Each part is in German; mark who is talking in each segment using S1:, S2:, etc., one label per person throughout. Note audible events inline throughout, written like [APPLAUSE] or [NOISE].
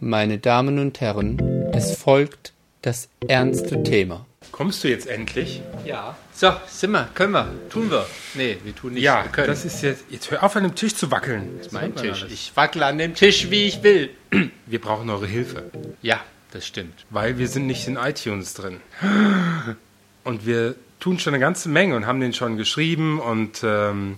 S1: Meine Damen und Herren, es folgt das ernste Thema.
S2: Kommst du jetzt endlich?
S1: Ja. So, sind wir, können wir, tun wir. Nee, wir tun nicht.
S2: Ja,
S1: wir können.
S2: das ist jetzt. Jetzt hör auf, an dem Tisch zu wackeln. Das
S1: mein
S2: hört man
S1: Tisch.
S2: alles.
S1: Ich wackle an dem Tisch, wie ich will.
S2: Wir brauchen eure Hilfe,
S1: Ja, das stimmt.
S2: weil wir sind nicht in iTunes drin. [GASPS] Und wir tun schon eine ganze Menge und haben den schon geschrieben und ähm,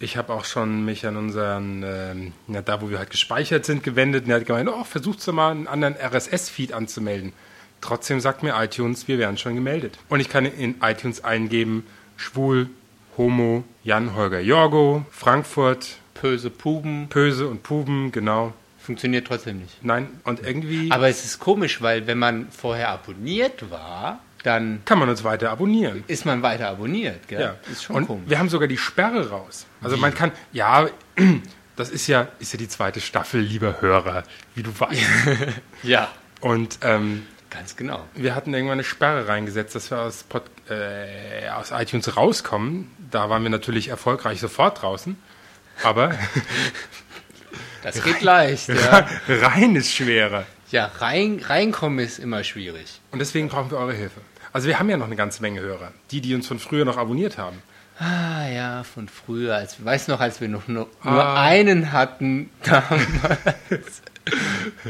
S2: ich habe auch schon mich an unseren, ähm, na, da wo wir halt gespeichert sind, gewendet und er hat gemeint, oh, versucht doch mal einen anderen RSS-Feed anzumelden. Trotzdem sagt mir iTunes, wir werden schon gemeldet. Und ich kann in iTunes eingeben, schwul, homo, Jan, Holger, Jorgo, Frankfurt,
S1: Böse Puben
S2: Pöse und Puben, genau.
S1: funktioniert trotzdem nicht.
S2: Nein, und irgendwie
S1: Aber es ist komisch, weil wenn man vorher abonniert war, dann
S2: kann man uns weiter abonnieren.
S1: ist man weiter abonniert. Gell?
S2: Ja.
S1: Ist schon
S2: und
S1: komisch.
S2: wir haben sogar die Sperre raus. Also man kann, ja, [CLEARS THROAT] das ist ja, ist ja die zweite Staffel, lieber Hörer, wie du weißt.
S1: [LAUGHS] Ja,
S2: und ähm,
S1: ganz genau.
S2: wir hatten irgendwann eine Sperre reingesetzt, dass wir aus, Pod, äh, aus iTunes rauskommen. Da waren wir natürlich erfolgreich sofort draußen.
S1: [LAUGHS]
S2: Aber
S1: Das geht leicht. Ja,
S2: rein ist schwerer.
S1: ja rein, reinkommen ist immer schwierig.
S2: Und deswegen brauchen wir eure Hilfe. Also wir haben ja noch eine ganze Menge Hörer. Die, die uns von früher noch abonniert haben.
S1: Ah ja, von früher, als weiß noch, als wir noch nur, nur
S2: Ah.
S1: einen hatten [LAUGHS] damals.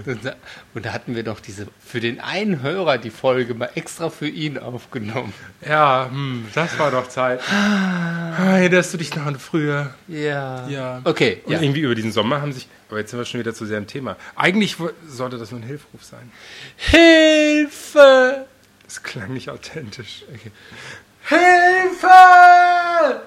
S1: und, da, und da hatten wir noch diese für den einen Hörer die Folge mal extra für ihn aufgenommen.
S2: Ja, hm, das war doch Zeit. Ah, Erinnerst du dich noch an früher?
S1: Ja.
S2: Ja.
S1: Okay.
S2: Und
S1: Ja.
S2: irgendwie über diesen Sommer haben sich. Aber jetzt sind wir schon wieder zu sehr im Thema. Eigentlich wo- sollte das nur ein Hilferuf sein.
S1: Hilfe!
S2: Das klang nicht authentisch. Okay. Hilfe!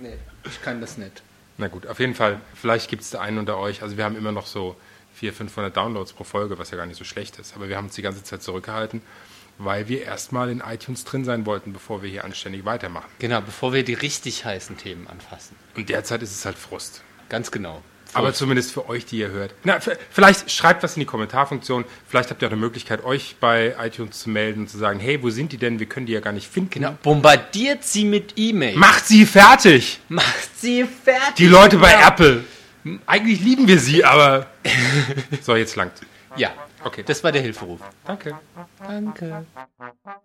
S1: Nee, ich kann das nicht.
S2: Na gut, auf jeden Fall. Vielleicht gibt es da einen unter euch. Also, wir haben immer noch so 400, 500 Downloads pro Folge, was ja gar nicht so schlecht ist. Aber wir haben uns die ganze Zeit zurückgehalten, weil wir erstmal in iTunes drin sein wollten, bevor wir hier anständig weitermachen.
S1: Genau, bevor wir die richtig heißen Themen anfassen.
S2: Und derzeit ist es halt Frust.
S1: Ganz genau.
S2: Aber zumindest für euch, die ihr hört. Na, v- vielleicht schreibt was in die Kommentarfunktion. Vielleicht habt ihr auch eine Möglichkeit, euch bei iTunes zu melden und zu sagen, hey, wo sind die denn? Wir können die ja gar nicht finden.
S1: Genau. Bombardiert sie mit E-Mail.
S2: Macht sie fertig!
S1: Macht sie fertig.
S2: Die Leute bei
S1: Ja.
S2: Apple. Eigentlich lieben wir sie, aber... so, jetzt langt.
S1: Ja.
S2: Okay.
S1: Das war der Hilferuf.
S2: Danke.
S1: Danke.